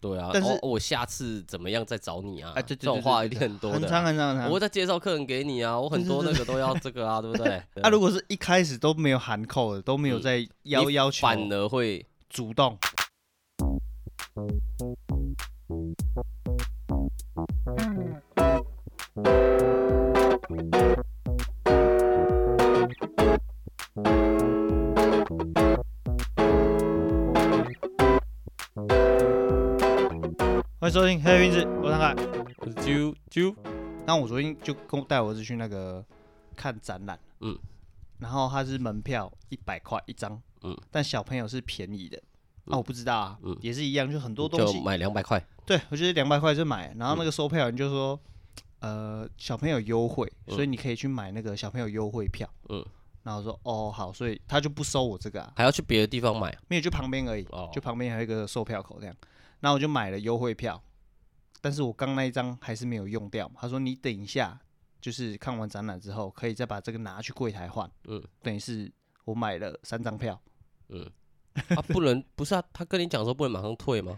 对啊，但是哦我下次怎么样再找你啊？哎对对这种对话对一定很多很的长啊。很长很长。我会再介绍客人给你啊，我很多那个都要这个啊，对不 对？啊，如果是一开始都没有喊扣的，都没有嗯在要你要求，反而会主动。欢迎收听《黑云子》，我是唐凯。啾啾，那我昨天就跟带我儿子去那个看展览，嗯，然后它是门票一百块一张，嗯，但小朋友是便宜的，嗯啊，我不知道啊，嗯也是一样，就很多东就西，买嗯两百块，对我觉得两百块就买，然后那个售票员就说，呃，小朋友优惠，嗯所以你可以去买那个小朋友优惠票，嗯，然后我说哦好，所以他就不收我这个啊，还要去别的地方买没有就旁边而已，哦就。旁边还有一个售票口这样，然后我就买了优惠票，但是我刚那一张还是没有用掉嘛。他说你等一下，就是看完展览之后，可以再把这个拿去柜台换。嗯，等于是我买了三张票，嗯，啊，不能，不是啊，他跟你讲说不能马上退吗？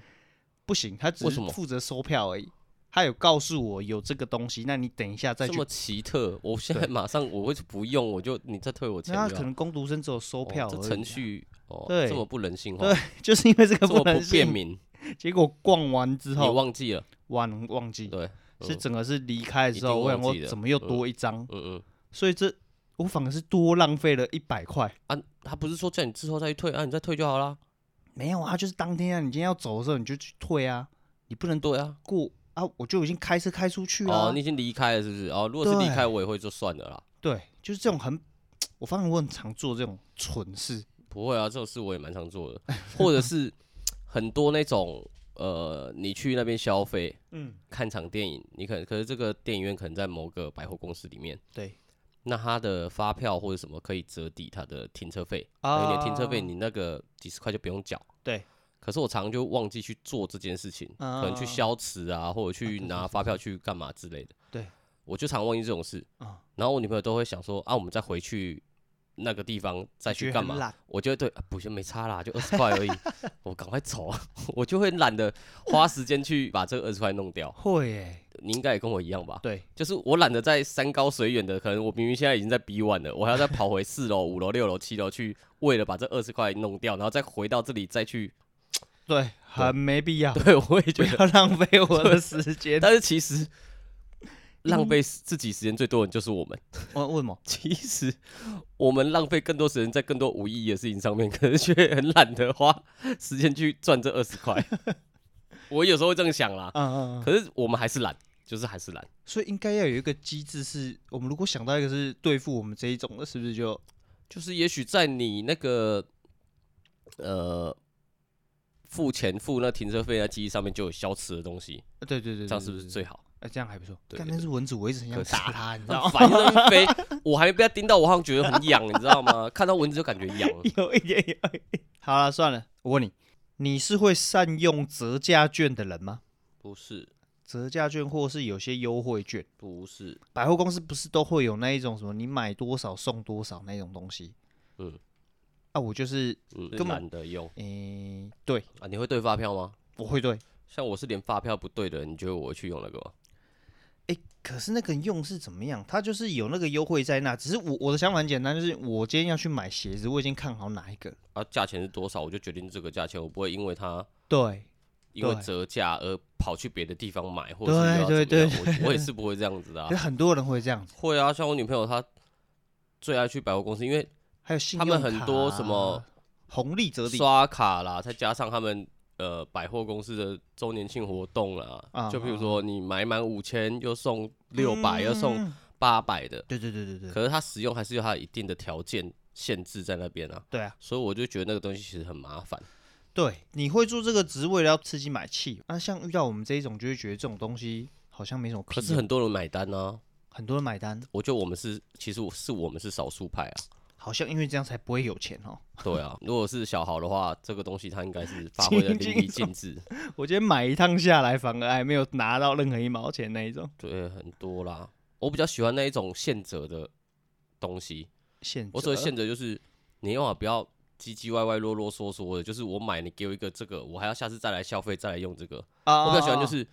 不行，他只为是什么负责收票而已。他有告诉我有这个东西，那你等一下再这去么。奇特，我现在对马上我会不用，我就你再退我钱那他就可好。能工读生只有收哦票、啊这程，序哦，对这么不人性化，对 就是因为这个这么不能不便信。民，结果逛完之你后，忘记了？忘忘记对，是嗯整个是离开的时一候，定我想忘我记的怎么又多一张？嗯嗯。所以这我反而是多浪费了一百块。啊，他不是说叫你之后再去退啊，你再退就好啦。没有啊，就是当天啊，你今天要走的时候你就去退啊，你不能对啊，过啊，我就已经开车开出去啊了、哦，你已经离开了是不是？哦，如果是离对开，我也会就算了啦。对，就是这种很，我发现我很常做这种蠢事，不会啊，这种事我也蛮常做的，或者 是很多那种呃，你去那边消费，嗯，看场电影，你可能可是这个电影院可能在某个百货公司里面，对那它的发票或者什么可以折抵它的停车费，啊哎而你的停车费你那个几十块就不用缴。对。可是我常常就忘记去做这件事情，啊可能去消磁啊，或者去拿发票去干嘛之类的。对，我就常忘记这种事。啊然后我女朋友都会想说啊，我们再回去那个地方再去干嘛？？我就会对，啊不行，没差啦，就二十块而已， 我赶快走啊！ 我就会懒得花时间去把这二十块弄掉。会诶、你应该也跟我一样吧？对，就是我懒得在山高水远的，可能我明明现在已经在 B one 了，我还要再跑回四楼、五楼、六楼、七楼去，为了把这二十块弄掉，然后再回到这里再去。对，很没必要，对，我也 不觉得，要浪费我的时间。但是其实浪费自己时间最多的人就是我们。 我为什么？其实我们浪费更多时间在更多无意义的事情上面，可是却很懒得花时间去赚这二十块。我有时候会这样想啦，嗯嗯嗯，可是我们还是懒，就是还是懒。所以应该要有一个机制是，我们如果想到一个是对付我们这一种的，是不是就就是也许在你那个呃付钱付那停车费那记忆上面就有消磁的东西，对对对对，这样是不是对最好？啊，这样还不错。对但对那是蚊子，我一直很想可是哦打它，你知道那吗？反正一飞，我还没被它叮到，我好像觉得很痒，你知道吗？看到蚊子就感觉痒。 有一点，有一点。 好了，算了，我问你，你是会善用折价券的人吗？不是，折价券或是有些优惠券，不是，百货公司不是都会有那一种什么你买多少送多少那种东西？嗯啊，我就是，嗯，根本懒得用诶、对，啊。你会对发票吗？我会对。像我是连发票不对的人，你觉得我会去用那个吗？可是那个用是怎么样？它就是有那个优惠在那，只是我我的想法很简单，就是我今天要去买鞋子，我已经看好哪一个。啊，价钱是多少，我就决定这个价钱，我不会因为它对，因为对折价而跑去别的地方买，或者是又对要怎么对样我我也是不会这样子的、啊可是。很多人会这样子，会啊，像我女朋友她最爱去百货公司，因为还有信他用们卡啊、很多什么红利折抵，刷卡啦，再加上他们呃百货公司的周年庆活动啦，啊就比如说你买满五千又送六百、又送嗯八百的，对对对对对，可是它使用还是有它一定的条件限制在那边啊，对啊，所以我就觉得那个东西其实很麻烦。对，你会做这个只是为了要刺激买气。那、像遇到我们这一种，就会觉得这种东西好像没什么屁可用，是很多人买单啊，很多人买单，我觉得我们是，其实我是我们是少数派啊。好像因为这样才不会有钱哦。 对啊，如果是小豪的话，这个东西他应该是发挥的淋漓尽致。我今天买一趟下来，反而还没有拿到任何一毛钱那一种对，很多啦。我比较喜欢那一种现折的东西。现折。我所谓现折，就是你要么不要唧唧歪歪、啰啰嗦嗦的，就是我买你给我一个这个，我还要下次再来消费再来用这个。啊我比较喜欢就啊是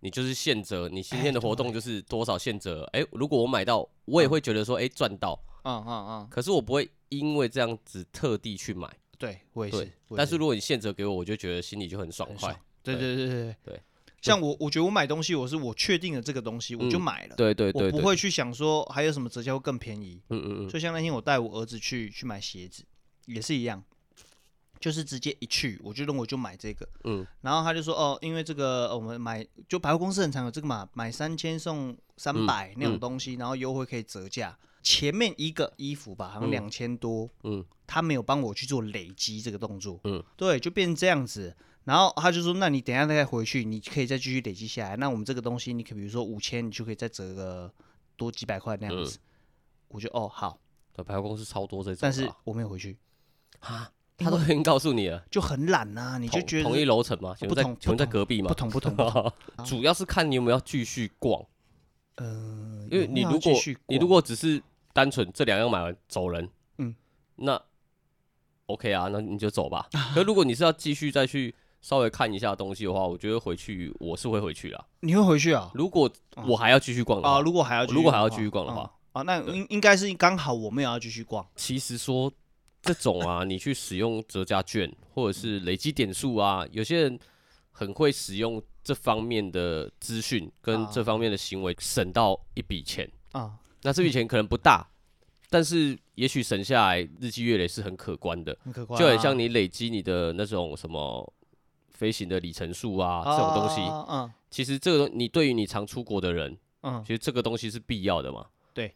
你就是现折，你今哎天的活动就是多少现折。哎、如果我买到，我也会觉得说，哎、赚到。啊啊啊，可是我不会因为这样子特地去买，对我也对是。我也但是如果你现折给我，我就觉得心里就很爽很快爽。对对对对对。像我，我觉得我买东西，我是我确定了这个东西，我就嗯买了，对对我对不对，会去想说还有什么折价会更便宜。嗯嗯嗯，就像那天我带我儿子去去买鞋子，也是一样，就是直接一去我就认为我就买这个，嗯，然后他就说哦，因为这个、呃我们买就百货公司很常有这个嘛，买三千送嗯三百那种东西，然后优惠可以折价。前面一个衣服吧，好像嗯两千多，嗯，他没有帮我去做累积这个动作，嗯，对，就变成这样子。然后他就说，那你等一下再回去，你可以再继续累积下来。那我们这个东西，你可比如说五千，你就可以再折个多几百块那样嗯子。我就哦好，对百货公司超多这种的啊，但是我没有回去，啊，他都已经告诉你了，就很懒呐、你就同觉得同一楼层吗？请问在不同请问在不同隔壁吗不？同不 同不同，主要是看你有没有要继续逛，呃，因为有你没有如继果续你逛如果只是单纯这两样买完走人，嗯，那 OK 啊，那你就走吧。 可如果你是要继续再去稍微看一下东西的话，我觉得回去我是会回去啦。你会回去啊如果我还要继续逛的啊，话，如果还要继续如果还要话继续逛的话，嗯啊，那应应该是刚好我们也要继续逛，其实说这种啊，你去使用折价券或者是累积点数啊，有些人很会使用这方面的资讯跟啊这方面的行为，省到一笔钱。啊，那这笔钱可能不大，但是也许省下来日积月累是很可观的，很可观啊，就很像你累积你的那种什么飞行的里程数啊这种东西。啊，其实这个东你对于你常出国的人，嗯其实这个东西是必要的嘛。对，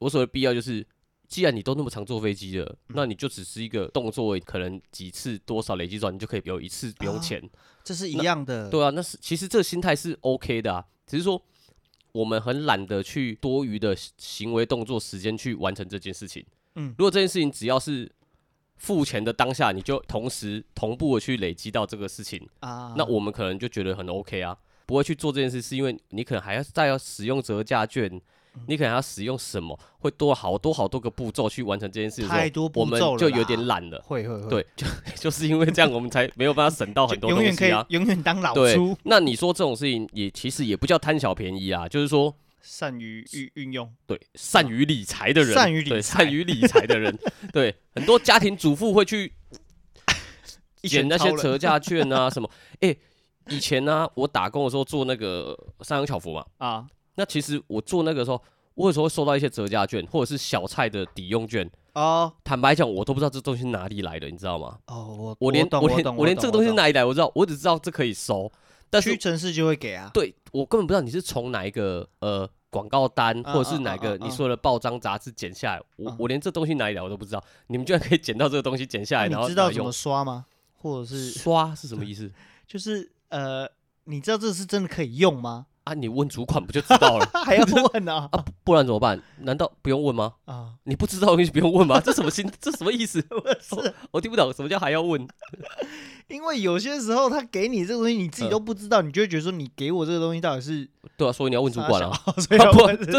我所谓必要就是，既然你都那么常坐飞机了，嗯那你就只是一个动作，可能几次多少累积出来，你就可以有一次不用钱。嗯，这是一样的，对啊，那是其实这个心态是 OK 的啊，只是说我们很懒得去多余的行为动作时间去完成这件事情。嗯如果这件事情只要是付钱的当下，你就同时同步的去累积到这个事情，啊，那我们可能就觉得很 OK 啊，不会去做这件事，是因为你可能还要再要使用折价券，嗯你可能还要使用什么，会多好多好多个步骤去完成这件事的时候，太多步我们骤了就啦有点懒了。 会会会，对，就就是因为这样，我们才没有办法省到就很多永东远可以西啊。永远当老对粗，，那你说这种事情也其实也不叫贪小便宜啊，就是说善于运运用，对善于理财的人，善于理对财善于理财 的人，对很多家庭主妇会去一捡拳那超些人折价券 啊什么。哎、以前呢、我打工的时候做那个三洋巧福嘛，啊那其实我做那个时候，我有时候会收到一些折价券或者是小菜的抵用券。哦坦白讲，我都不知道这东西哪里来的，你知道吗？哦，我我连懂连懂我连这个东西懂哪里来，我知道，我只知道这可以收，但是屈臣氏就会给啊，对我根本不知道你是从哪一个呃广告单，啊或者啊是哪啊个啊你啊说的报章杂志剪下来，我啊我连这东西哪里来我都不知道，你们居然可以捡到这个东西剪下那来，啊然后你知道拿来怎么用刷吗？或者是刷是什么意 思就是呃，你知道这是真的可以用吗？？啊？你问主管不就知道 了还要问啊啊，不然怎么办？难道不用问吗？啊！你不知道的东西不用问 吗？这什么心？这什么意思？ 我我听不懂，什么叫还要问？因为有些时候他给你这个东西，你自己呃都不知道，你就会觉得说你给我这个东西到底是 对啊，所以你要问主管啊。啊，所以要 不问这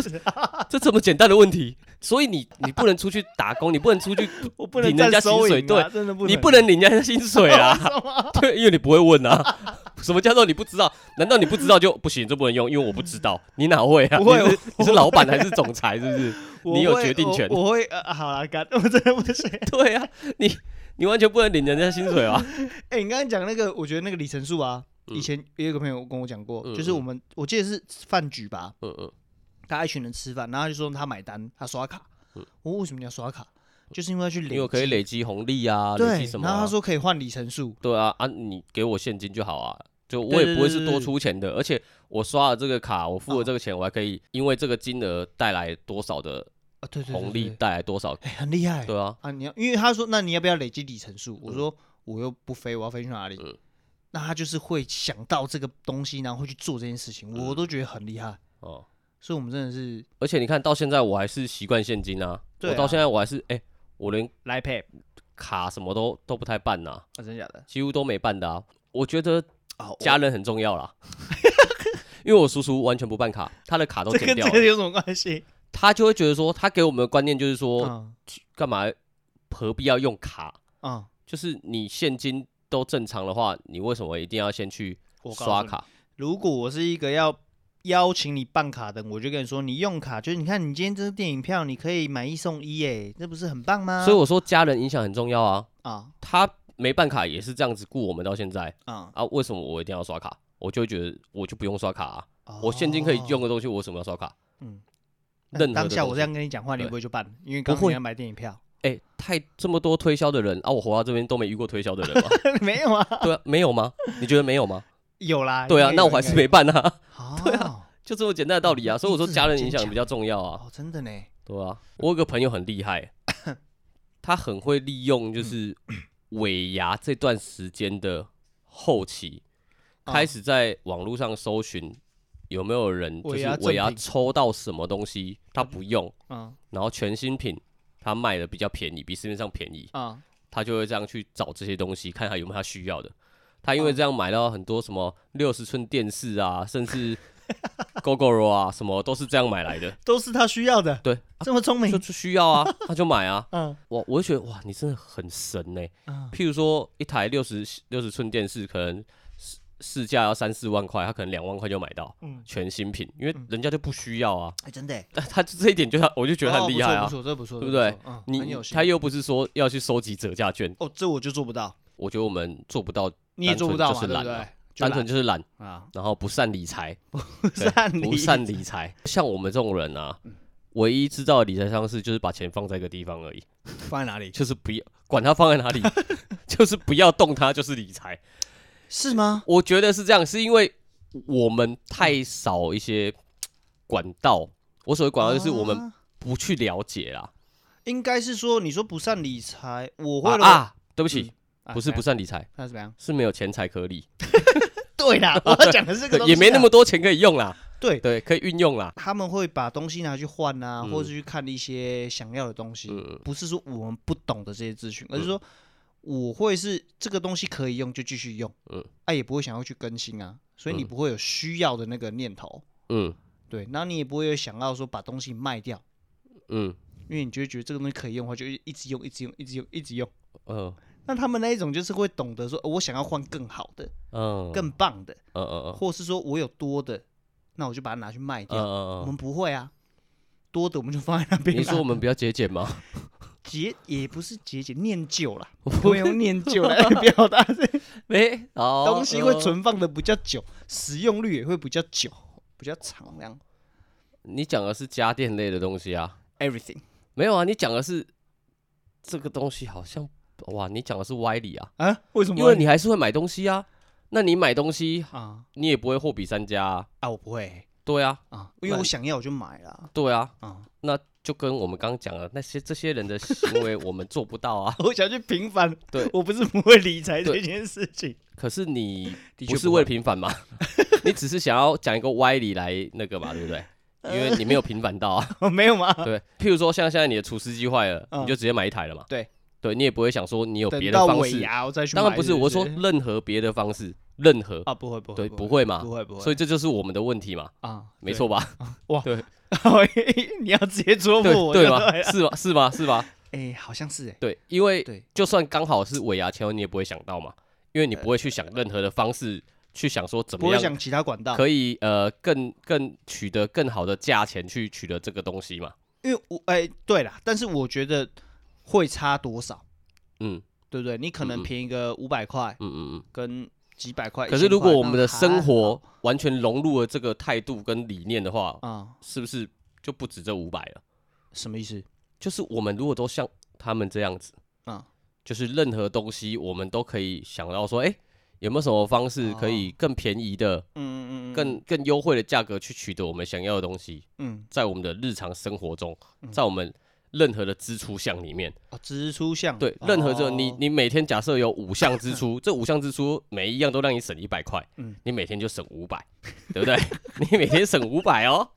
这这么简单的问题，所以你你不能出去打工，你不能出去，我不能领人家再薪收水，银对啊，，真的不能，你不能领人家薪水 啊。懂吗对，因为你不会问啊。 什么叫做你不知道？难道你不知道就不行，就不能用？因为我不知道，你哪会啊？不会你是你是老板还是总裁？是不是？我你有会决定我权我会呃，好啦，干，我真的不行。对啊，你你完全不能领人家薪水 啊。哎，你刚刚讲那个，我觉得那个里程数啊，嗯以前也有个朋友跟我讲过，嗯就是我们我记得是饭局吧，嗯嗯，大家一群人吃饭，然后他就说他买单，他刷卡。我问为什么你要刷卡？就是因为要去累积，嗯因为可以累积红利啊，累对积什，么、然啊？后他说可以换里程数，对啊啊，你给我现金就好啊。就我对也不会是对对多对出钱的，而且我刷了这个卡，我付哦了这个钱，我还可以因为这个金额带来多少的啊，对对对红对利，对带来多少？哎、很厉害对啊，啊！你要，因为他说，那你要不要累积里程数？我说我又不飞，我要飞去哪里？嗯那他就是会想到这个东西，然后会去做这件事嗯情，我都觉得很厉害。哦，所以我们真的是而且你看到现在我还是习惯现金啊，对我到啊现在我还是哎、我连来 pay，卡什么都都不太办呐、啊，真的假的？几乎都没办的啊。我觉得啊，家人很重要 啦，因为我叔叔完全不办卡，他的卡都这剪跟掉这个了，有什么关系？他就会觉得说，他给我们的观念就是说，嗯，干嘛何必要用卡？嗯，就是你现金都正常的话，你为什么一定要先去我告刷诉你，卡？如果我是一个要邀请你办卡的，我就跟你说，你用卡就是你看你今天这个电影票，你可以买一送一，哎，这不是很棒吗？所以我说家人影响很重要啊。啊他没办卡也是这样子雇我们到现在啊，啊，为什么我一定要刷卡？我就会觉得我就不用刷卡啊，我现金可以用哦，的东西，我为什么要刷卡？嗯，任何的当下我东西这样跟你讲话，你对不会就办，因为刚不刚会你要买电影票， 哎、太这么多推销的人啊，我活到这边都没遇过推销的人吗？ 没有啊，对啊，没有吗？你觉得没有吗？有啦，对啊，应该那我有还是应该没办啊， 有，对啊，就这么简单的道理啊。所以我说意志家很人坚影响比强较重要啊，哦，真的呢，对啊。我有个朋友很厉害， 他很会利用嗯就是尾牙这段时间的后期，啊开始在网络上搜寻有没有人就尾是牙尾赠牙品抽到什么东西他不用，嗯然后全新品他卖的比较便宜，比市面上便宜，啊他就会这样去找这些东西，看他有没有他需要的。他啊因为这样买到很多什么六十寸电视啊，甚至 GoGoRo 啊，什么都是这样买来的。 都是他需要的，对，这么聪就明，就需要啊，他就买啊。嗯我我就觉得哇，你真的很神呢、嗯譬如说一台六十六十寸电视，可能市市价要三四万块，他可能两万块就买到嗯，全新品，因为人家就不需要啊。 哎，真的耶，但他就这一点就他，我就觉得他很厉害哦不啊。错，不错这不错，对不这对错？嗯，很你有心他又不是说要去收集折价券，哦，这我就做不到，我觉得我们做不到，你也做不到嘛，单纯就是懒对不对啊？就单纯就是懒，懒啊，然后不善理财，不对善 理，嗯不善理财。像我们这种人啊，唯一知道的理财方式就是把钱放在一个地方而已，放在哪里？就是不要管它放在 哪里，就是不要动它，就是理财。是吗？我觉得是这样，是因为我们太少一些管道。我所谓管道就是我们啊不去了解啦。应该是说，你说不善理财，我会啊了啊，对不起，啊不是不，善理财，那是怎样？是没有钱财可理，对啦，我要讲的是这对个东西 也啊没那么多钱可以用啦。对。对，可以运用啦。他们会把东西拿去换啊，嗯或者去看一些想要的东西，嗯不是说我们不懂得这些资讯，而是说我会是这个东西可以用就继续用，嗯啊也不会想要去更新啊，所以你嗯不会有需要的那个念头，嗯对，然后你也不会有想要说把东西卖掉，嗯因为你就会觉得这个东西可以用的话，就一直用，一直用，一直用，一直用。嗯那他们那一种就是会懂得说，哦我想要换更好的、嗯，更棒的，嗯嗯嗯或是说我有多的，那我就把它拿去卖嗯掉。嗯我嗯们不会啊，多的我们就放在那边啊。你说我们比较节俭吗？ 节也不是节俭，念旧 啦，我们用念旧 来表达这没，哦东西会。呃存放的比较久，使用率也会比较久，比较长这样。呃你讲的是家电类的东西啊？ Everything 没有啊，你讲的是这个东西好像哇，你讲的是歪理啊，啊？为什么？因为你还是会买东西啊。那你买东西，啊你也不会货比三家啊。啊，我不会对啊，啊，因为那我你想要我就买啦对啊，啊。那就跟我们刚刚讲的那些这些人的行为，我们做不到 啊。 我想去平反，对 我不是不会理财对这件事情，可是你的确不是不为会了平反嘛？ 你只是想要讲一个歪理来那个嘛，对不对？呃因为你没有平反到 啊。哦没有吗？对，譬如说像现在你的厨师机坏了，嗯你就直接买一台了嘛。对，对你也不会想说你有别等的到方尾式。牙我再去买。当然不是，我说是任何别的方式，任何，啊，不会不会，对，不不会嘛不。会不会，所以这就是我们的问题嘛，啊，没 错吧？对，哦你要直接捉对摸我，对就吗？了？是吗？是吗？是 吗？哎，好像是哎，对，因为啊对呃就算刚好是尾牙前后，你也不会想到嘛，因为你不会去想任何的方式去想说怎不么会样想其他管道，可以呃更更取得更好的价钱去取得这个东西嘛。因为我哎，对啦，但是我觉得会差多少，嗯对不对？你可能嗯嗯便宜个五百块嗯嗯嗯。跟几百块，可是如果我们的生一千块活完全融入了这个态度跟理念的话，那还啊，是不是就不止这五百了？什么意思？就是我们如果都像他们这样子，嗯就是任何东西我们都可以想到说，哎、有没有什么方式可哦以更便宜的、嗯嗯嗯，更更优惠的价格去取得我们想要的东西，嗯在我们的日常生活中，在我们任何的支出项里面，哦，支出项对，任何这哦个你你每天假设有五项支 出，这五项支出每一样都让你省一百块嗯，你每天就省五百，对不 对？你每天省五百哦，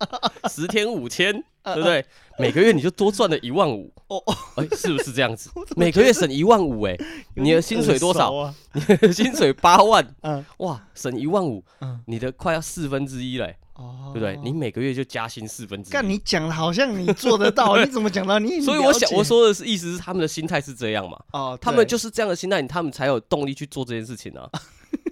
十天五千，对不对？每个月你就多赚了一万五，哦哎，是不是这样 子？每个月省一万五，哎，你的薪水多少？？你的薪水八万，啊嗯哇，省一万五嗯，你的快要四分之一了，哎哦对不对？你每个月就加薪四分之干一。你讲的好像你做得到， 你怎么讲到你？所以我了想解我说的是意思是他们的心态是这样嘛，哦，他们对就是这样的心态，他们才有动力去做这件事 情啊，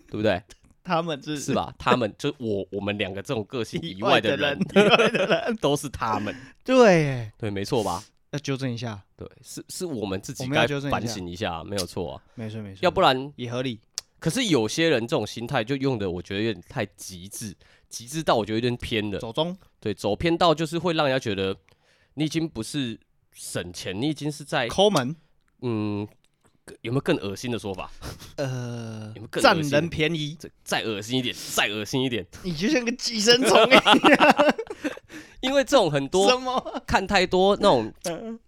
对不对？他们是是？吧？他们就我我们两个这种个性以以外外的的人人，以外的人 都是他们，对耶，对，没错吧？要纠正一下，对，是是我们自己我们要该纠正一反下省一下，没有错啊，没错没错，要不然也合理。可是有些人这种心态就用的，我觉得有点太极致，极致到我觉得有点偏了。走中对，走偏到就是会让人家觉得你已经不是省钱，你已经是在抠门，嗯，有没有更恶心的说法？呃有没有更恶占心人便宜，这再恶心一点，再恶心一点，你就像个寄生虫一样，因为这种很 什多 么？看太多那种嗯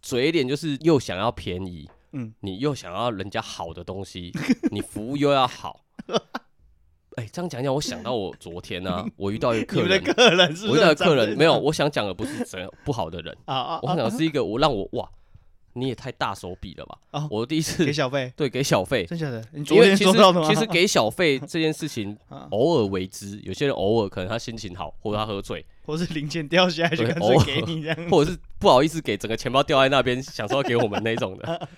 嘴脸，就是又想要便宜，嗯，你又想要人家好的东西， 你服务又要 好。哎、这样讲一讲，我想到我昨天 啊，我遇到一个你客们的人，客人啊是不我遇是到的客很长这样？人没有，我想讲的不是怎样不好的人，啊啊我想啊讲的是 一个我让我哇，你也太大手笔了吧！哦我第一次给小费，对给小费，真假的？ 你因昨为天其收实到的吗？其实给小费这件事情 啊，偶尔为之，有些人偶尔可能他心情好，或者他喝 醉，我是零钱掉下来就对哦干偶尔脆给你这 样。或者是不好意思给整个钱包掉在那边，想说要给我们那种 的。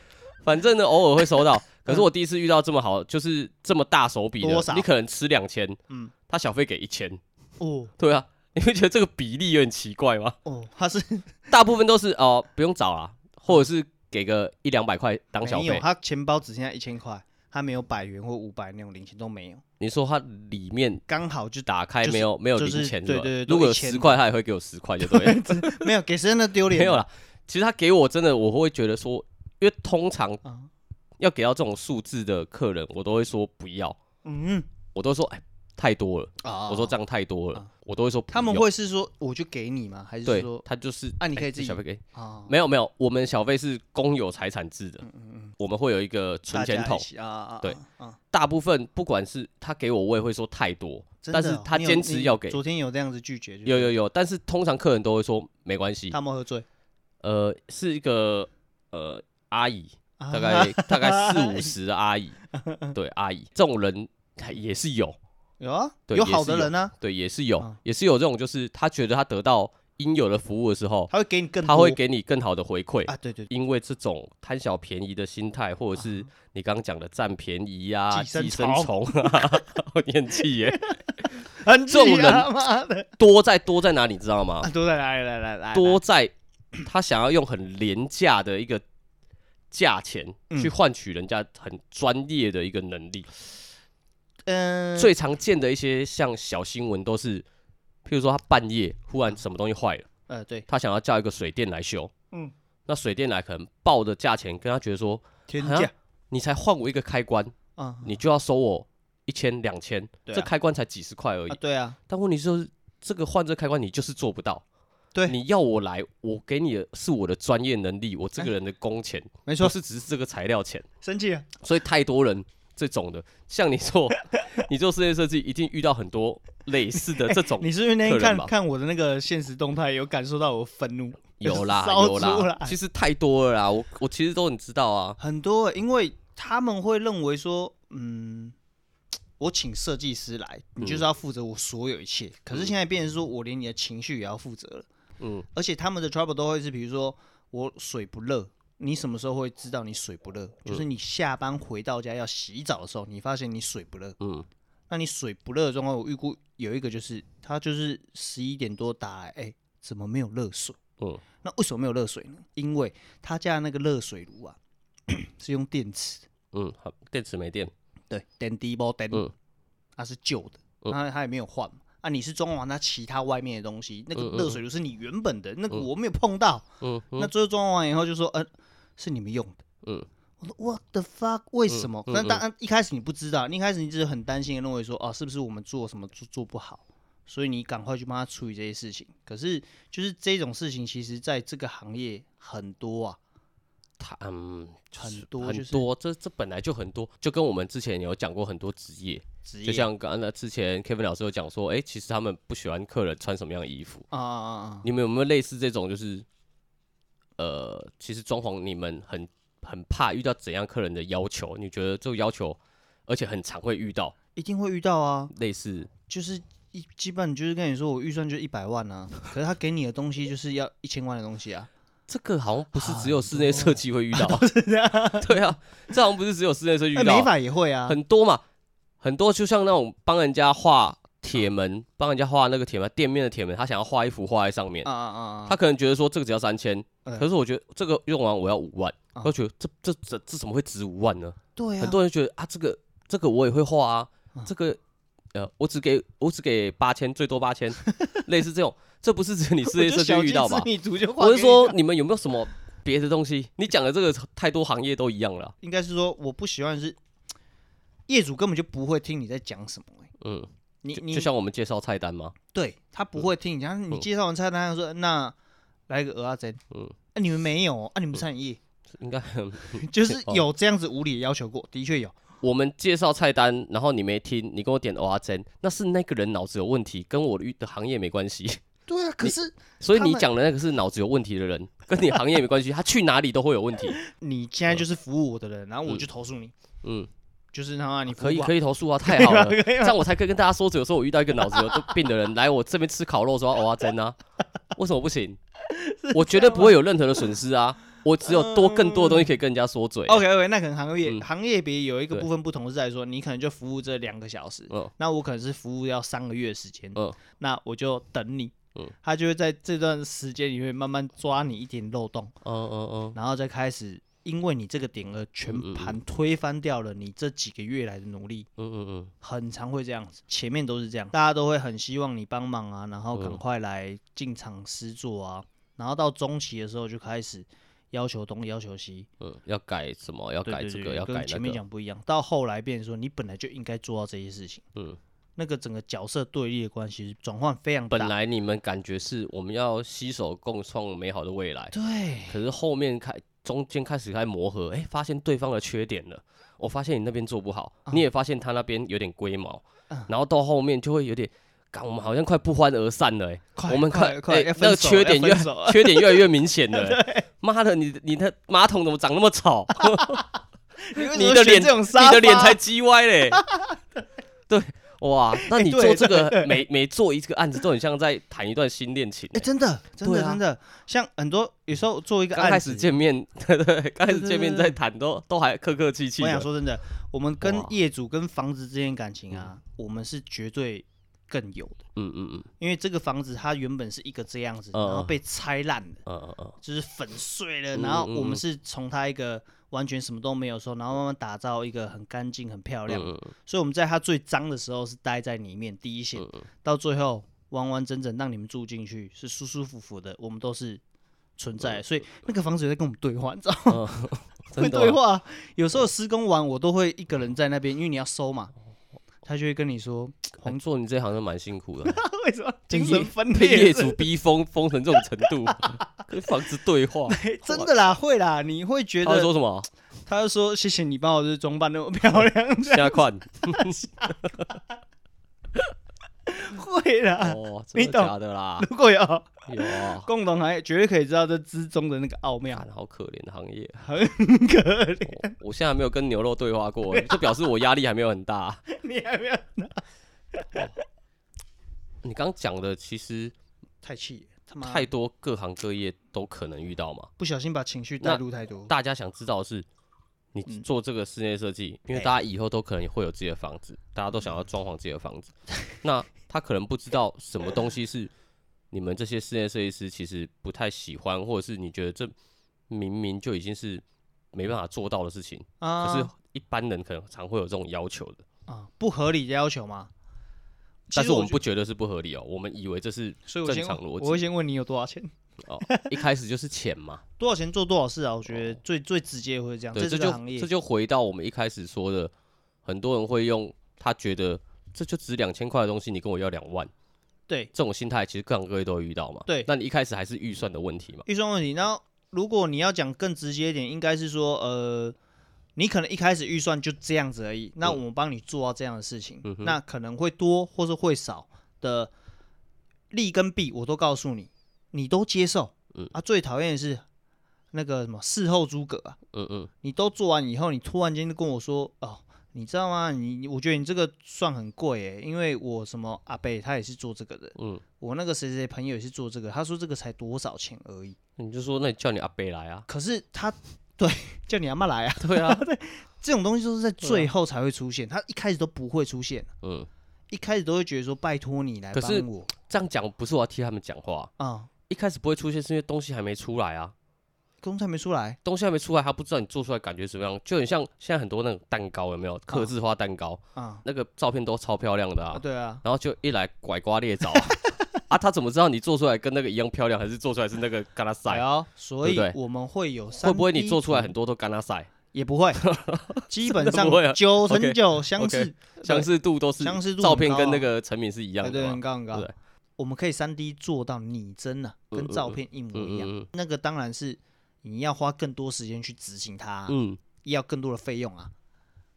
反正呢，偶尔会收到。可是我第一次遇到这么好，就是这么大手笔多的，少你可能吃两千，嗯他小费给一千，哦对啊， 你会觉得这个比例有点奇怪吗？哦，他是大部分都是哦、不用找啦，或者是给个一两百块当小没有，费。他钱包只剩下一千块，他没有百元或五百那种零钱都没有，你说它里面刚 好就打开就是没有、没有就零是钱对吧对对都如果有一千十块，他也会给我十块，就对了。没有给谁那丢脸。没有啦，其实他给我真的，我会觉得说，因为通常啊，要给到这种数字的客人，我都会说不要，嗯我都说哎太多了，啊我说这样太多了啊，我都会说不他们用会是说我就给你吗？还是对说，他就是啊你哎可以这自己小费给，啊，没有没有，我们小费是公有财产制的，我们会有一个存嗯大钱家筒一，起啊啊？啊对啊，大部分不管是他给我，我也会说太多，真但的是哦他你有坚持你要给，昨天有这样子拒绝，就有是有有，但是通常客人都会说没关系，他们喝醉，呃，是一个呃阿姨，大大 概大概四五十的阿姨，对阿姨这种人还也是有，有啊，对有也好是的有人啊，对也是有啊，也是有这种，就是他觉得他得到应有的服务的时候，他会给你更他会多给你更好的回馈，啊，对对，对因为这种贪小便宜的心态，或者是你刚刚讲的占便宜啊、啊寄生寄生虫啊， 我念气耶，很这种气啊人妈的多在多在哪里，你知道吗啊，？多来来来来来，多在他想要用很廉价的一个价钱去嗯换取人家很专业的一个能力。嗯，最常见的一些像小新闻都是，譬如说他半夜忽然什么东西坏了，呃对，他想要叫一个水电来修，嗯，那水电来可能报的价钱跟他觉得说，天好像价你才换我一个开关，啊你就要收我一千两千，对这啊开关才几十块而已啊，。对啊，但问题就是这个换这开关你就是做不到。对你要我来，我给你的是我的专业能力，我这个人的工钱，没不错，是只是这个材料钱。生气啊了，所以太多人这种的，像你 做你做室内设计，一定遇到很多类似的这种 你是不是那哦客天人看吧看我的那个现实动态，有感受到我愤怒？有啦 烧有出啦来，其实太多了啦，我我其实都很知道啊，很多欸，因为他们会认为说，嗯，我请设计师来，你就是要负责我所有一切。可是现在变成说我连你的情绪也要负责了，嗯，而且他们的 trouble 都会是，比如说我水不热。你什么时候会知道你水不热？就是你下班回到家要洗澡的时候，你发现你水不热。嗯，那你水不热的状况，我预估有一个就是他就是十一点多打来，哎、怎么没有热水？嗯，那为什么没有热水呢？因为他家那个热水炉啊 是用电池的，嗯，好，电池没电，对，电低波电，嗯它是旧的，嗯那它也没有换嘛。啊，你是装完它其他外面的东西，那嗯嗯个热水炉是你原本的，那个我没有碰到。嗯那最后装完以后就说，嗯、是你们用的。嗯我说 What the fuck？为什么？嗯那嗯当然一开始你不知道，你一开始你只是很担心，认为说哦，是不是我们做什么做做不好，所以你赶快去帮他处理这些事情。可是就是这种事情，其实在这个行业很多啊，它嗯，就很是多很就是多，这这本来就很多，就跟我们之前有讲过很多职业，职业就像刚才之前 Kevin 老师有讲说，哎，其实他们不喜欢客人穿什么样的衣服，啊啊啊啊，你们有没有类似这种就是，呃，其实装潢你们很很怕遇到怎样客人的要求？你觉得这个要求，而且很常会遇到一定会遇到啊，类似就是一基本就是跟你说，我预算就一百 万啊，可是他给你的东西就是要一千万的东西啊，这个好像不是只有室内设计会遇到，是这样。 对啊，这好像不是只有室内设计遇那到美啊，发也会啊，很多嘛，很多就像那种帮人家画铁门，帮人家画那个铁门店面的铁门，他想要画一幅画在上面啊，啊啊啊！他可能觉得说这个只要三千，嗯可是我觉得这个用完我要五万，啊我觉得这这这这怎么会值五万呢？对啊，嗯很多人觉得啊，这个这个我也会画啊，这个呃，我只给我只给八千，最多八 千，类似这种，这不是指你室内设计遇到吧？你足就画我是给说你看，啊你们有没有什么别的东西？你讲的这个太多行业都一样了啊，应该是说我不喜欢的是业主根本就不会听你在讲什么、欸嗯，你就你就像我们介绍菜单嘛，对他不会听你讲，你介绍完菜单他说那来个鹅阿珍，嗯嗯，啊你们没有哦啊你们餐饮业、应该 就是哦有这样子无理的要求过，的确有，我们介绍菜单，然后你没听，你跟我点蚵仔煎，那是那个人脑子有问题，跟我的的行业没关系。对啊，可是所以他你们讲的那个是脑子有问题的人，跟你行业没关系，他去哪里都会有问题。你现在就是服务我的人，然后我嗯就投诉你，嗯，就是他妈你可以可以，以投诉啊，太好了，可以吗可以这吗样我才可以跟大家说，有时候我遇到一个脑子有病的人来我这边吃烤肉说蚵仔煎啊，为什么不行？我绝对不会有任何的损失啊，我只有多更多的东西可以跟人家说嘴啊。 OK OK，那可能行业、嗯行业别有一个对部分不同是在说，你可能就服务这两个小时，嗯那我可能是服务要三个月时间，嗯那我就等你，嗯他就会在这段时间里面慢慢抓你一点漏洞，嗯嗯嗯，然后再开始因为你这个点而全盘推翻掉了你这几个月来的努力，嗯嗯嗯，很常会这样子，前面都是这样，大家都会很希望你帮忙啊，然后赶嗯快来进场施作啊，然后到中期的时候就开始要求东要求西。嗯，要改什么？要对改对这对个，要改跟前那面个。讲不一样，到后来变成说你本来就应该做到这些事情，嗯，那个整个角色对立的关系转换非常大。本来你们感觉是我们要携手共创美好的未来，对可是后面开中间开始开始磨合，哎、发现对方的缺点了。我发现你那边做不好，啊你也发现他那边有点龟毛，嗯然后到后面就会有点，干我们好像快不欢而散了、诶快我们快快哎、要那分个手缺要点分越手了缺点越来越明显了、 诶妈的，你你的马桶怎么长那么丑？你为什么 你的脸，选这种 沙发你的脸才叽歪 嘞。对，哇，那你哎对做这对个 每每做一个案子，都很像在谈一段新恋情哎、欸。真的真对的啊真的，像很多有时候做一个刚案开始子，见面， 对对，刚开始对对见面对在谈都都还客客气气我的想。说真的，我们跟哇业主跟房子之间的感情啊，我们是绝对更有的，嗯嗯嗯因为这个房子它原本是一个这样子，嗯然后嗯被拆烂了。嗯嗯嗯，就是粉碎了，嗯然后嗯我们嗯是从它一个完全什么都没有的时候，然后慢慢打造一个很干净、很漂亮。嗯所以我们在它最脏的时候是待在里面第一线，嗯到最后完完整整让你们住进去，是舒舒服服的，我们都是存在的。所以那个房子有在跟我们对话，你知道吗？会真的对吗，话。 有时候施工完，我都会一个人在那边，因为你要收嘛，他就会跟你说哎做你这行是蛮辛苦的， 为什么被精业神分被裂业是主逼疯疯成这种程 度，跟房子对话，真的啦，会啦，你会觉他会得说什么？他就说谢谢你帮我就是装扮那么漂亮，加款 会啦。哦，你真的懂假的啦？如果有有啊，共同行业，绝对可以知道这之中的那个奥妙干。好可怜的行业， 很可怜，啊我我现在还没有跟牛肉对话过，这表示我压力还没有很大。 你还没有你刚讲的其实太气了，他妈太多各行各业都可能遇到嘛，不小心把情绪带入太多。大家想知道的是，你嗯做这个室内设计，哎因为大家以后都可能会有自己的房子，大家都嗯想要装潢自己的房 子，那他可能不知道什么东西是你们这些室内设计师其实不太喜欢，或者是你觉得这明明就已经是没办法做到的事情，可是啊一般人可能常会有这种要求的，啊，不合理的要求嘛。但其是实我们觉不觉得是不合理哦，我们以为这是得，所以我正先常问逻辑我会先问你有多少钱，哦，一开始就是钱嘛，多少钱做多少事啊？我觉得最最直接会这样，对，在这这个行就业这就回到我们一开始说的，很多人会用他觉得这就值两千块的东西，你跟我要两万，对这种心态其实各行各业都会遇到嘛。对那你一开始还是预算的问题嘛？预算问题。然后如果你要讲更直接一点，应该是说呃。你可能一开始预算就这样子而已，那我们帮你做到这样的事情，嗯嗯哼那可能会多或是会少的利跟弊，我都告诉你，你都接受。嗯啊，最讨厌的是那个什么事后诸葛啊，嗯嗯，你都做完以后，你突然间就跟我说哦，你知道吗？你我觉得你这个算很贵诶，因为我什么阿贝他也是做这个的，嗯，我那个谁谁朋友也是做这个，他说这个才多少钱而已，你就说那你叫你阿伯来啊，可是他对 叫你阿妈来啊，对 啊，这种东西都是在对啊最后才会出现，他一开始都不会出现，嗯，一开始都会觉得说拜托你来可是帮我这样讲不是我要替他们讲话，啊，一开始不会出现是因为东西还没出来啊，公差没出来，东西还没出来，他不知道你做出来感觉怎么样，就很像现在很多那种蛋糕有没有，刻字化蛋糕，啊那个照片都超漂亮的啊，啊，对啊，然后就一来拐瓜裂枣 啊啊，他怎么知道你做出来跟那个一样漂亮，还是做出来是那个干拉哎塞？呦，所以对不我们会有三会不会你 D 做出来图很多都干拉塞，也 不会，基本真的上不会啊九 OK，成九相似，相似度都是相似度照很片高跟那啊个成品是一对，样哎的对，很嘛？高很对不高。对？我们可以三 D 做到拟真啊，嗯跟照片一模一嗯样。嗯那个当然是你要花更多时间去执行它啊、嗯要更多的费用啊。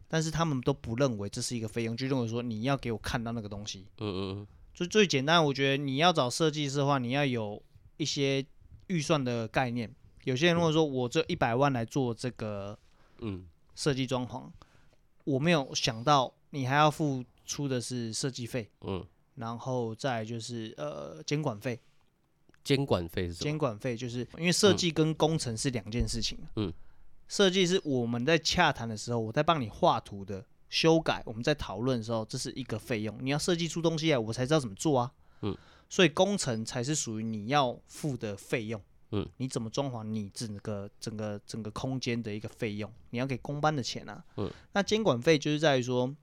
但是他们都不认为这是一个费用，就认为说你要给我看到那个东西。嗯嗯就最简单，我觉得你要找设计师的话，你要有一些预算的概念。有些人如果说我这一百万来做这个嗯设计装潢，我没有想到你还要付出的是设计费，嗯，然后再来就是呃监管费。监管费是什么？监管费就是因为设计跟工程是两件事情。啊嗯，设计是我们在洽谈的时候，我在帮你画图的修改，我们在讨论的时候，这是一个费用。你要设计出东西来，我才知道怎么做啊。嗯，所以工程才是属于你要付的费用。嗯，你怎么装潢，你整个整个整个空间的一个费用，你要给工班的钱啊。嗯，那监管费就是在于说。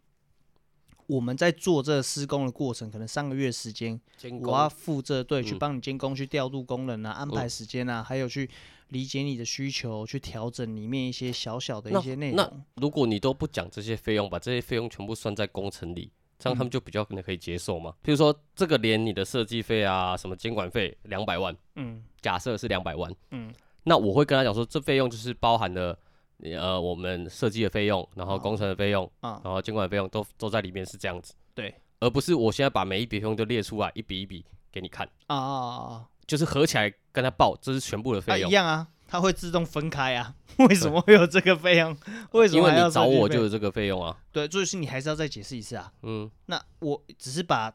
我们在做这施工的过程，可能三个月时间，监我要管负责对去嗯帮你监工，去调度工人啊，安排嗯时间啊，还有去理解你的需求，去调整里面一些小小的那一些内那容。如果你都不讲这些费用，把这些费用全部算在工程里，这样他嗯们就比较可能可以接受嘛。比如说这个连你的设计费啊，什么监管费两百万，嗯假设是两百万，嗯，那我会跟他讲说，这费用就是包含了呃我们设计的费用，然后工程的费用，啊，然后监管的费用都都在里面是这样子，对而不是我现在把每一笔费用都列出来一笔一笔给你看，啊啊啊啊就是合起来跟他报，这是全部的啊，费一用。样啊，它会自动分开啊。 为什么会有这个费用？为什因么为还要你找设计我费就有这个费用啊，对，就是你还是要再解释一次啊。嗯，那我只是把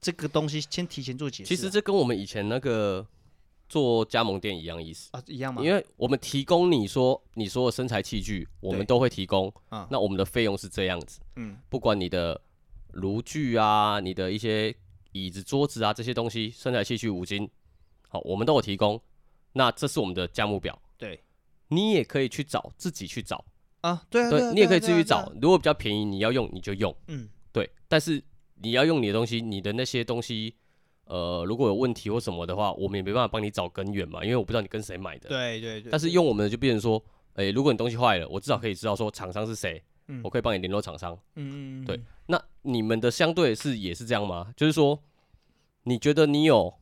这个东西先提前做解释啊，其实这跟我们以前那个做加盟店一样意思，啊一样嘛，因为我们提供你说你说的身材器具，我们对都会提供嗯。那我们的费用是这样子，嗯不管你的炉具啊、你的一些椅子、桌子啊这些东西，身材器具、五金，好，我们都有提供。那这是我们的价目表，对你也可以去找，自己去找，啊对啊啊对你也可以对自啊己对啊找。如果比较便宜，你要用你就用。嗯对，但是你要用你的东西，你的那些东西，呃，如果有问题或什么的话，我们也没办法帮你找根源嘛，因为我不知道你跟谁买的。对对对，但是用我们的就变成说，诶、如果你东西坏了，我至少可以知道说厂商是谁，嗯我可以帮你联络厂商。嗯嗯嗯对嗯那你们的相对是也是这样吗？就是说，你觉得你有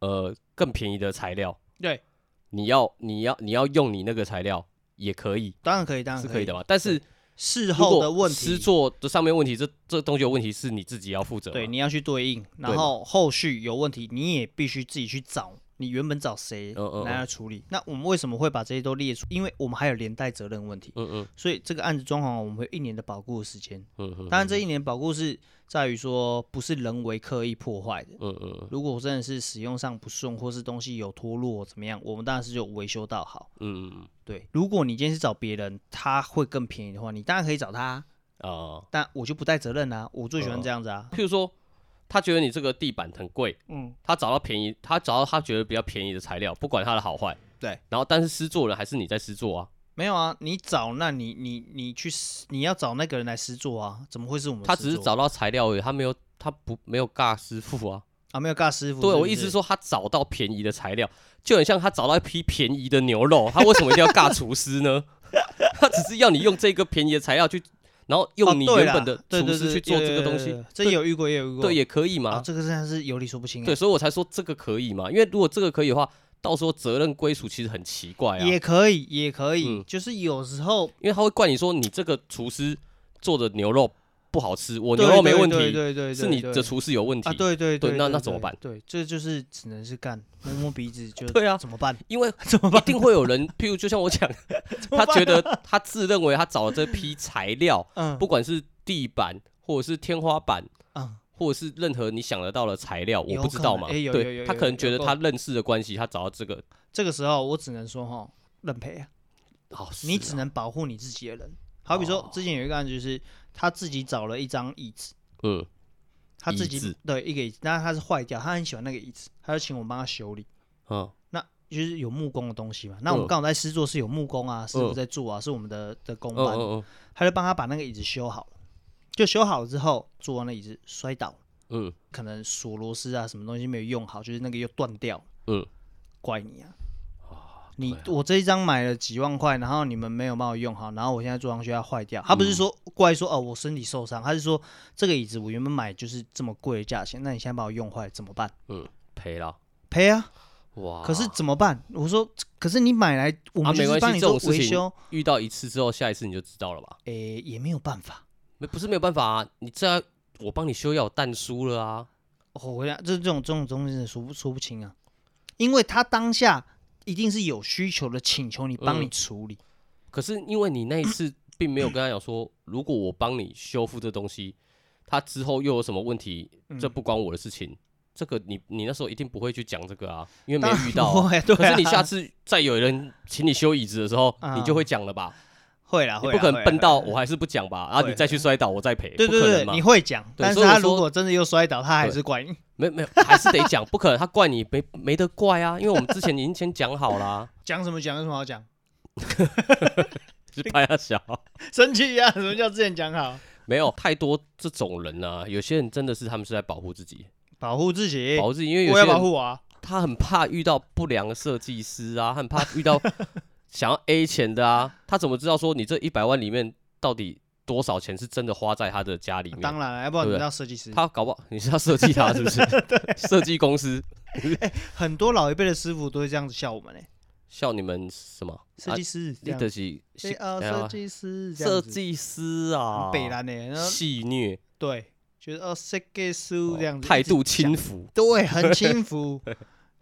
呃更便宜的材料，对，你要你要你要用你那个材料也可以，当然可以，当然是可以以的。嘛。但是事如后的果问题师做的上面问题，这这东西有问题是你自己要负责嘛。对，你要去对应，对然嘛后后续有问题，你也必须自己去找你原本找谁嗯嗯嗯来来处理。那我们为什么会把这些都列出？因为我们还有连带责任问题，嗯嗯所以这个案子装潢我们会有一年的保固的时间。嗯嗯，当然，这一年保固是在于说不是人为刻意破坏的。嗯嗯如果真的是使用上不顺，或是东西有脱落怎么样，我们当然是有维修到好。嗯对，如果你今天是找别人，他会更便宜的话，你当然可以找他啊、啊，呃但我就不带责任啦、我最喜嗯欢这样子啊。譬如说他觉得你这个地板很贵，嗯，他找到便宜，他找到他觉得比较便宜的材料，不管它的好坏，对。然后但是施作人还是你在施作啊，没有啊，你找那你你你去试你要找那个人来施作啊，怎么会是我们他施只是作找到材料而已，他没有他不没有尬师傅啊。啊没有尬师傅。对是不我意思是是，说他找到便宜的材料，就很像他找到一批便宜的牛肉， 他为什么一定要尬厨师呢？ 他只是要你用这个便宜的材料去，然后哦用你对原啦本的对厨对师对去做有这有个东有西有，这也有遇过也有遇过。对也可以嘛啊，。这个真的是有理说不清啊。对，所以我才说这个可以嘛，因为如果这个可以的话，到时候责任归属其实很奇怪啊，也可以也可以，嗯就是有时候因为他会怪你说你这个厨师做的牛肉不好吃，我对牛肉没对问题，对对对对，是你对的厨师有问题。啊，对对对对，那对那怎么对办对，这就是只能是干摸摸鼻子就 对啊怎么办？因为怎么一办？定会有人，譬如就像我讲，怎么他办觉得他自认为他找的这批材料，嗯不管是地板或者是天花板，嗯，或者是任何你想得到的材料，我有不知可道能嘛。诶有有有对，他有可能有觉得够他认识的关系，他找到这个，这个时候我只能说哈，认赔啊，哦，你是只啊能保护你自己的人。好比说哦之前有一个案子，就是他自己找了一张椅子，嗯，他自椅己子对一个椅子，但是他是坏掉，他很喜欢那个椅子，他就请我帮他修理。嗯，那就是有木工的东西嘛，那我嗯们刚好在师座是有木工啊，师傅嗯在做啊，是我们的的工嗯班，嗯他就帮他把那个椅子修好了。就修好了之后，坐完那椅子摔倒了，嗯可能锁螺丝啊什么东西没有用好，就是那个又断掉了，嗯怪你啊！嗯，你对啊我这一张买了几万块，然后你们没有帮我用好，然后我现在坐上去它坏掉，他嗯不是说怪说哦我身体受伤，他是说这个椅子我原本买就是这么贵的价钱，那你现在把我用坏了怎么办？嗯赔了，赔啊！哇！可是怎么办？我说可是你买来我们啊没就是关系帮你这做种事维情修，遇到一次之后，下一次你就知道了吧？诶、也没有办法。没不是没有办法啊，你这样我帮你修要有蛋书了啊，哦，我讲这这种这种东西是说不说不清啊，因为他当下一定是有需求的，请求你帮你嗯处理。可是因为你那一次并没有跟他讲说， 如果我帮你修复这东西，他之后又有什么问题，嗯这不关我的事情。这个你你那时候一定不会去讲这个啊，因为没当然遇到不啊、会 啊对可是你啊下次再有人请你修椅子的时候，啊你就会讲了吧？会啦，你会不啦可能笨。到会啦啊我还是不讲吧？然后会你再去摔倒，我再赔。对不对可能对，嘛你会讲，对但是所以我他如说果真的又摔倒，他还对是怪你。没没有还是得讲，不可能他怪你没没得怪啊，因为我们之前已经先讲好啦、啊 讲什么讲，有什么好讲？就拍他小。生气呀、 什么叫之前讲好？没有太多这种人啊，有些人真的是他们是在保护自己，保护自己，保护自己，因为有我些要保人护我啊。他很怕遇到不良的设计师啊，他很怕遇到想要 A 钱的啊，他怎么知道说你这一百万里面到底多少钱是真的花在他的家里面？当然了，啊要不然对你不对知道设计师，他搞不好你是要设计他是 不是？设计公司很多老一辈的师傅都会这样子笑我们啊嘞、笑你们什么？啊设计师这你样的，是哎啊，设计师这设样子，计师啊很，北兰呢，然后戏虐，对，就是哦，设计师这样哦子，态一直度轻浮，对，很轻 浮。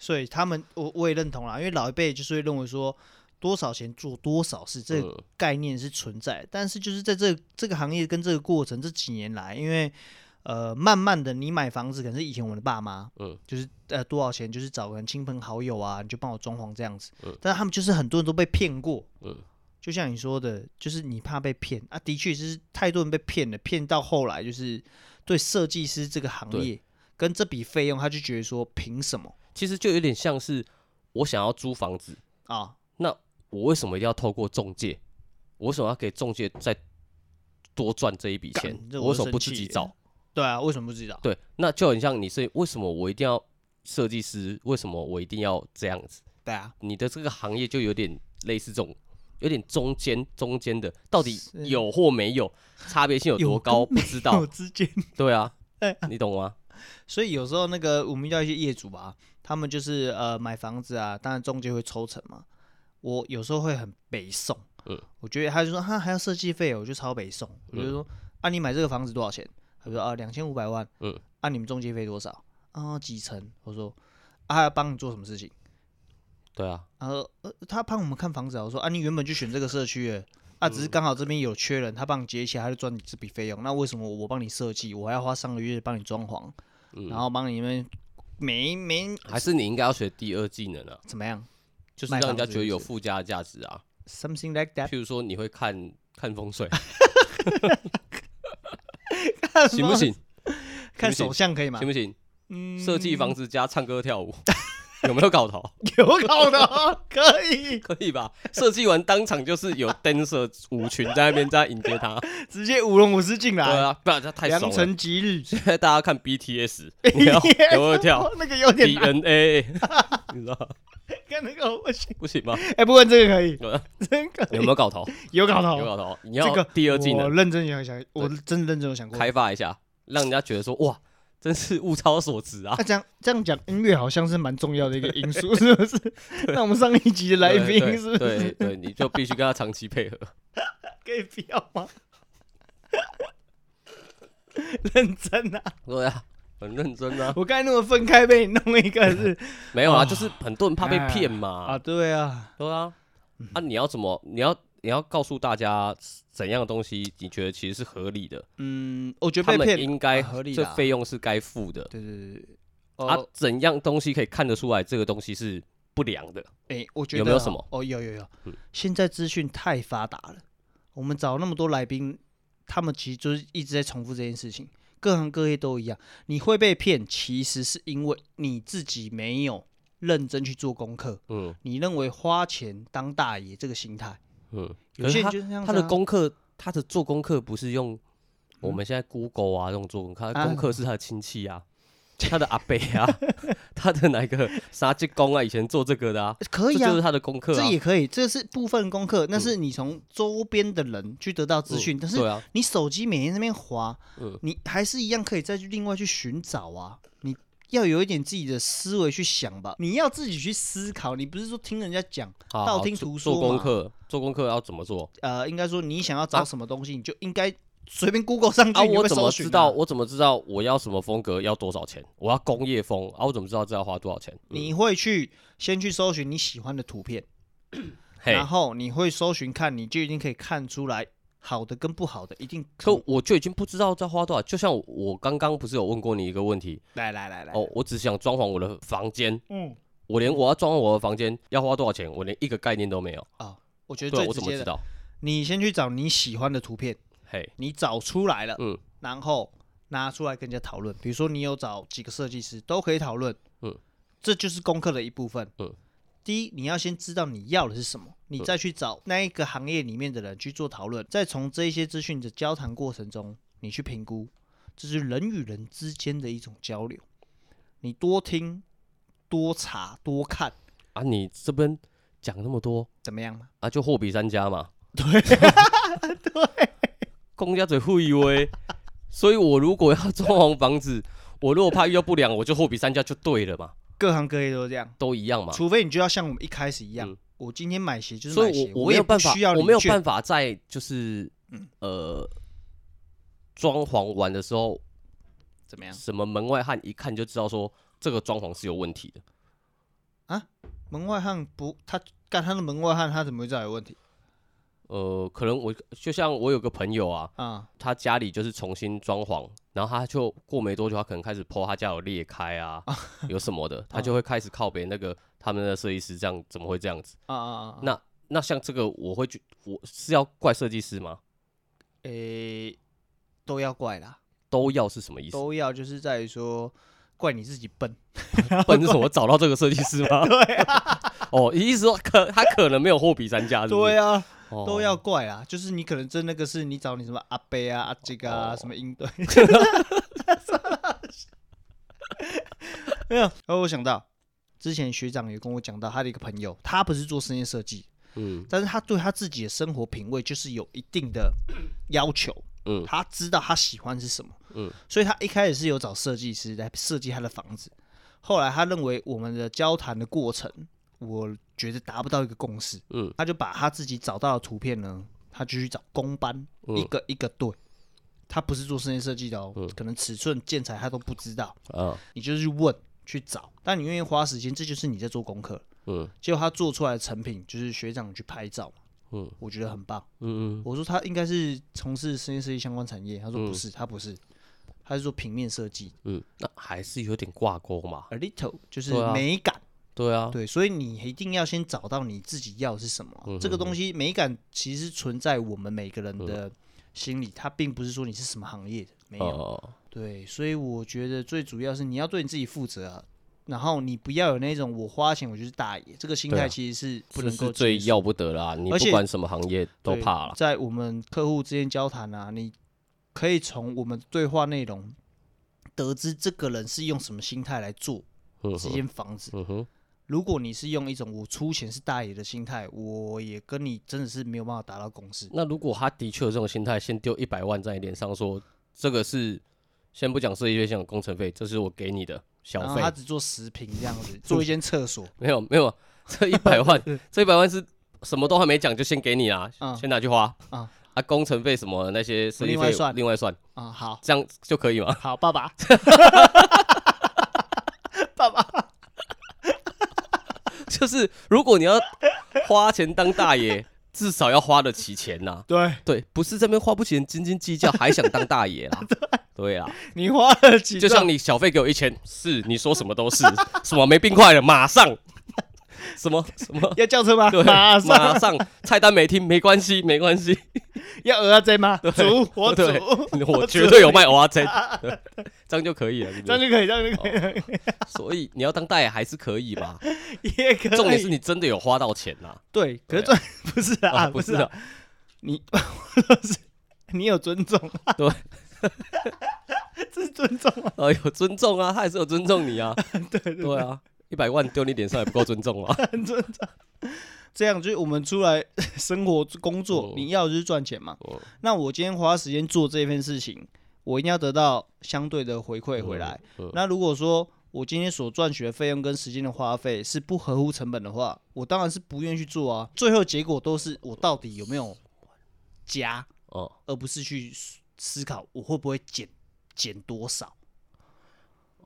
所以他们，我我也认同啦，因为老一辈就是会认为说，多少钱做多少事这个嗯概念是存在，但是就是在这这个行业跟这个过程这几年来，因为呃，慢慢的你买房子可能是以前我们的爸妈，嗯，就是呃多少钱，就是找个人亲朋好友啊，你就帮我装潢这样子，嗯但是他们就是很多人都被骗过，嗯，就像你说的，就是你怕被骗啊，的确是太多人被骗了，骗到后来就是对设计师这个行对业跟这笔费用，他就觉得说凭什么其实就有点像是我想要租房子，啊？那我为什么一定要透过中介？我为什么要给中介再多赚这一笔钱干？这我我为就什么不生自气己了找？对啊，为什么不知道？对，那就很像你是为什么我一定要设计师？为什么我一定要这样子？对啊，你的这个行业就有点类似这种，有点中间中间的，到底是有或没有，差别性有有哎多跟高不知道 我。之间，对啊对，你懂吗？所以有时候那个我们遇到一些业主吧，他们就是呃买房子啊，当然中介会抽成嘛。我有时候会很北宋，嗯，我觉得他就说哈还要设计费哦，我就超北宋，我就说、啊你买这个房子多少钱？他说啊两千五百万，嗯，啊你们中介费多少？啊几成？我说啊他要帮你做什么事情？对啊，然后呃，他帮我们看房子啊，我说啊，你原本就选这个社区了，嗯啊，只是刚好这边有缺人，他帮你接起来，他就赚你这笔费用。那为什么我帮你设计，我还要花上个月帮你装潢，嗯然后帮你们每每还是你应该要学第二技能啊，怎么样就是卖让人房家子觉得是不哎有是附加的价值啊。 ，something like that，譬如说你会看看风水，行 不行？行不看行手相可以吗行？不行？嗯，设计房子加唱歌跳舞， 有没有搞 头？有搞的哦，可以可以吧？设计完当场就是有 dancer 舞群在那边在迎接 他，直接舞龙舞狮进对来，啊，不然这太良爽了。辰吉日。现在大家看 BTS，你要有没有跳那个有点难， DNA？你知 道吗跟那个我不行。不行 吗？哎，不过这个可以，有真可 有以没，有搞头？有搞有头。哦搞头！你这要个第二技我能认真有想，我真的认真有想 过。开发一下，让人家觉得说哇，真是物超所值啊那、！这样这样讲，音乐好像是蛮重要的一个因 素，是不是？那我们上一集的 来对宾对是不是对对，你就必须跟他长期配合。可以不要吗？ 认真啊！对啊，很认真啊。我刚才那么愤慨，被你弄一个是没有啊，就是很多人怕被骗嘛。啊，对啊，对啊，啊，你要怎么？你要你要告诉大家怎样的东西你觉得其实是合理的？嗯，我觉得他被们骗应该啊合理这啦费用是该付的。对对对对，啊哦，，怎样东西可以看得出来这个东西是不良的？哎、我觉得有没有啊什么？哦，有有有，嗯现在资讯太发达了，我们找那么多来宾，他们其实就是一直在重复这件事情，各行各业都一样。你会被骗，其实是因为你自己没有认真去做功课，嗯你认为花钱当大爷这个心态，嗯，有可是些他人就是这嗯样、啊他的。功课，他的做功课不是用我们现在 Google 啊这种做功课，他的功课是他的亲戚啊，他的阿伯 啊，他的哪个杀鸡公啊，以前做这个的啊，可以这啊，就是他的功课这啊。也可以，这是部分功课，那是你从周边的人去得到资讯，嗯但对是啊，你手机每天那边滑，嗯你还是一样可以再去另外去寻找啊。你要有一点自己的思维去想吧，你要自己去思考，你不是说听人家讲，好道好听做途做说功嘛课，做功课要怎么做呃，应该说你想要找啊什么东西，你就应该随便 Google 上去，啊？你就我会怎么搜寻知啊道？？我怎么知道我要什么风格，要多少钱？我要工业风啊？我怎么知道这要花多少钱？嗯你会去先去搜寻你喜欢的图片，嘿，然后你会搜寻看，你就已经可以看出来好的跟不好的，一定可我就已经不知道在花多少。就像我我刚刚不是有问过你一个问题来来来来，哦，我只想装潢我的房间，嗯。我连我要装潢我的房间要花多少钱，我连一个概念都没有。啊，我觉得对，最我直怎么知接的，道？你先去找你喜欢的图片，嘿，你找出来了，嗯然后拿出来跟人家讨论。比如说你有找几个设计师，都可以讨论，嗯，这就是功课的一部分，嗯。第一，你要先知道你要的是什么，你再去找那一个行业里面的人去做讨论，再从这一些资讯的交谈过程中，你去评估，这是人与人之间的一种交流。你多听、多查、多看，啊，你这边讲那么多怎么样吗？啊，就货比三家 嘛。对，对，公家嘴会威。所以我如果要装潢房子，我如果怕遇到不良，我就货比三家就对了嘛，各行各业都是这样。都一样嘛。除非你就要像我们一开始一样，啊嗯我今天买鞋就是所买以鞋，我我没也有不办法需要，嗯我没有法办法在就是呃装潢完的时候，怎么样？什么门外汉一看就知道说这个装潢是有问题的。门外汉不，他干他的门外汉，他怎么会知道有问题呃，可能我就像我有个朋友啊，啊？他家里就是重新装潢，然后他就过没多久，他可能开始剖他家有裂开啊， 有什 么的，他就会开始靠北那个他们的设计师这样怎么会这样子？啊啊啊啊！那那像这个我会觉我是要怪设计师吗？诶、都要怪啦，都要是什么意思？都要就是在于说怪你自己笨，笨是什么？找到这个设计师吗？ 对啊， 哦，你意思说可他可能没有货比三家，是不是对啊，哦都要怪啦，就是你可能真那个是你找你什么阿贝啊、阿这个啊、哦什么 应对，没有。哦，我想到之前学长有跟我讲到他的一个朋友，他不是做室内设计，嗯但是他对他自己的生活品味就是有一 定的要求，嗯他知道他喜欢是什么，嗯，所以他一开始是有找设计师来设计他的房子，后来他认为我们的交谈的过程，我觉得达不到一个共识，嗯，他就把他自己找到的图片呢，他就去找工班、嗯一个一个对。他不是做室内设计的哦，可能尺寸、建材他都不知道，啊你就去问、去找。但你愿意花时间，这就是你在做功课了。嗯结果他做出来的成品就是学长去拍照嘛，嗯我觉得很棒。嗯嗯，我说他应该是从事室内设计相关产业，他说不是，他不是，他是做平面设计嗯，那还是有点挂钩嘛。 ，a little 就是对啊美感。对啊，对，所以你一定要先找到你自己要的是什么啊、嗯嗯这个东西美感其实存在我们每个人的心里，它并不是说你是什么行业的，没有。哦，对，所以我觉得最主要是你要对你自己负责啊，然后你不要有那种我花钱我就是大爷这个心对啊态，其实是不这能够是最接受要不得啦。你不而且管什么行业都对怕了。在我们客户之间交谈啊，你可以从我们对话内容得知这个人是用什么心态来做嗯这哼间房子。嗯哼，如果你是用一种我出钱是大爷的心态，我也跟你真的是没有办法达到共识。那如果他的确有这种心态，先丢一百万在你脸上说，这个是先不讲设计费，先讲工程费，这是我给你的小然后费啊他，只做十平这样 子，做一间厕所，没有没 有， 这一百万，这一百万是什么都还没讲就先给你啦，嗯先拿去花嗯啊啊，工程费什么的那些设计另外费算另外算，啊、好这样就可以吗？ 好，爸爸，爸爸，就是如果你要花钱当大爷，至少要花得起钱呐、对对，不是这边花不起钱斤斤计较，还想当大爷 啦？对啊啦，你花了几？就像你小费给我一千，是你说什么都是， 什么没冰块了，马上， 什么什 么。要叫车吗？对，马上马上菜单没听没关系，没关 系，要鹅啊这吗？煮，我煮，对 我绝对有卖蚵仔煎，对这样就可以了，是不这样是？就可以，这样就可以，哦所以你要当大爷还是可以吧？ 也可以。重点是你真的有花到钱呐，对，可是对哦这不是啊，不不是是的啊，，你是你有尊重，对，这 是尊重啊，呃，有尊重啊，他还是有尊重你啊， 对对对啊，一百万丢你脸上也不够尊重啊，很尊重。这样就是我们出来生活工哦作，你要的就是赚钱嘛。哦那我今天花时间做这份事情，我一定要得到相 对的回馈回来。嗯嗯那如果说我今天所赚取的费用跟时间的花费是不合乎成本的话，我当然是不愿意去做啊。最后结果都是我到底有没有加，哦，而不是去思思考我会不会减减多少。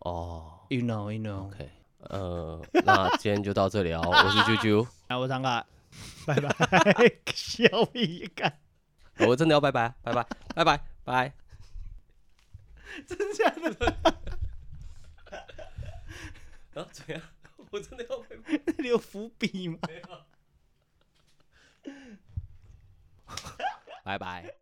哦 You know, you know。 ，OK，呃，那今天就到这里啊，我是啾啾，来，我张卡， 拜拜， 笑屁 干，呃我真的要拜拜，拜拜，拜拜，拜。真假的？ 然后啊怎样？ 我真的要拜拜。那里有伏笔吗？拜拜。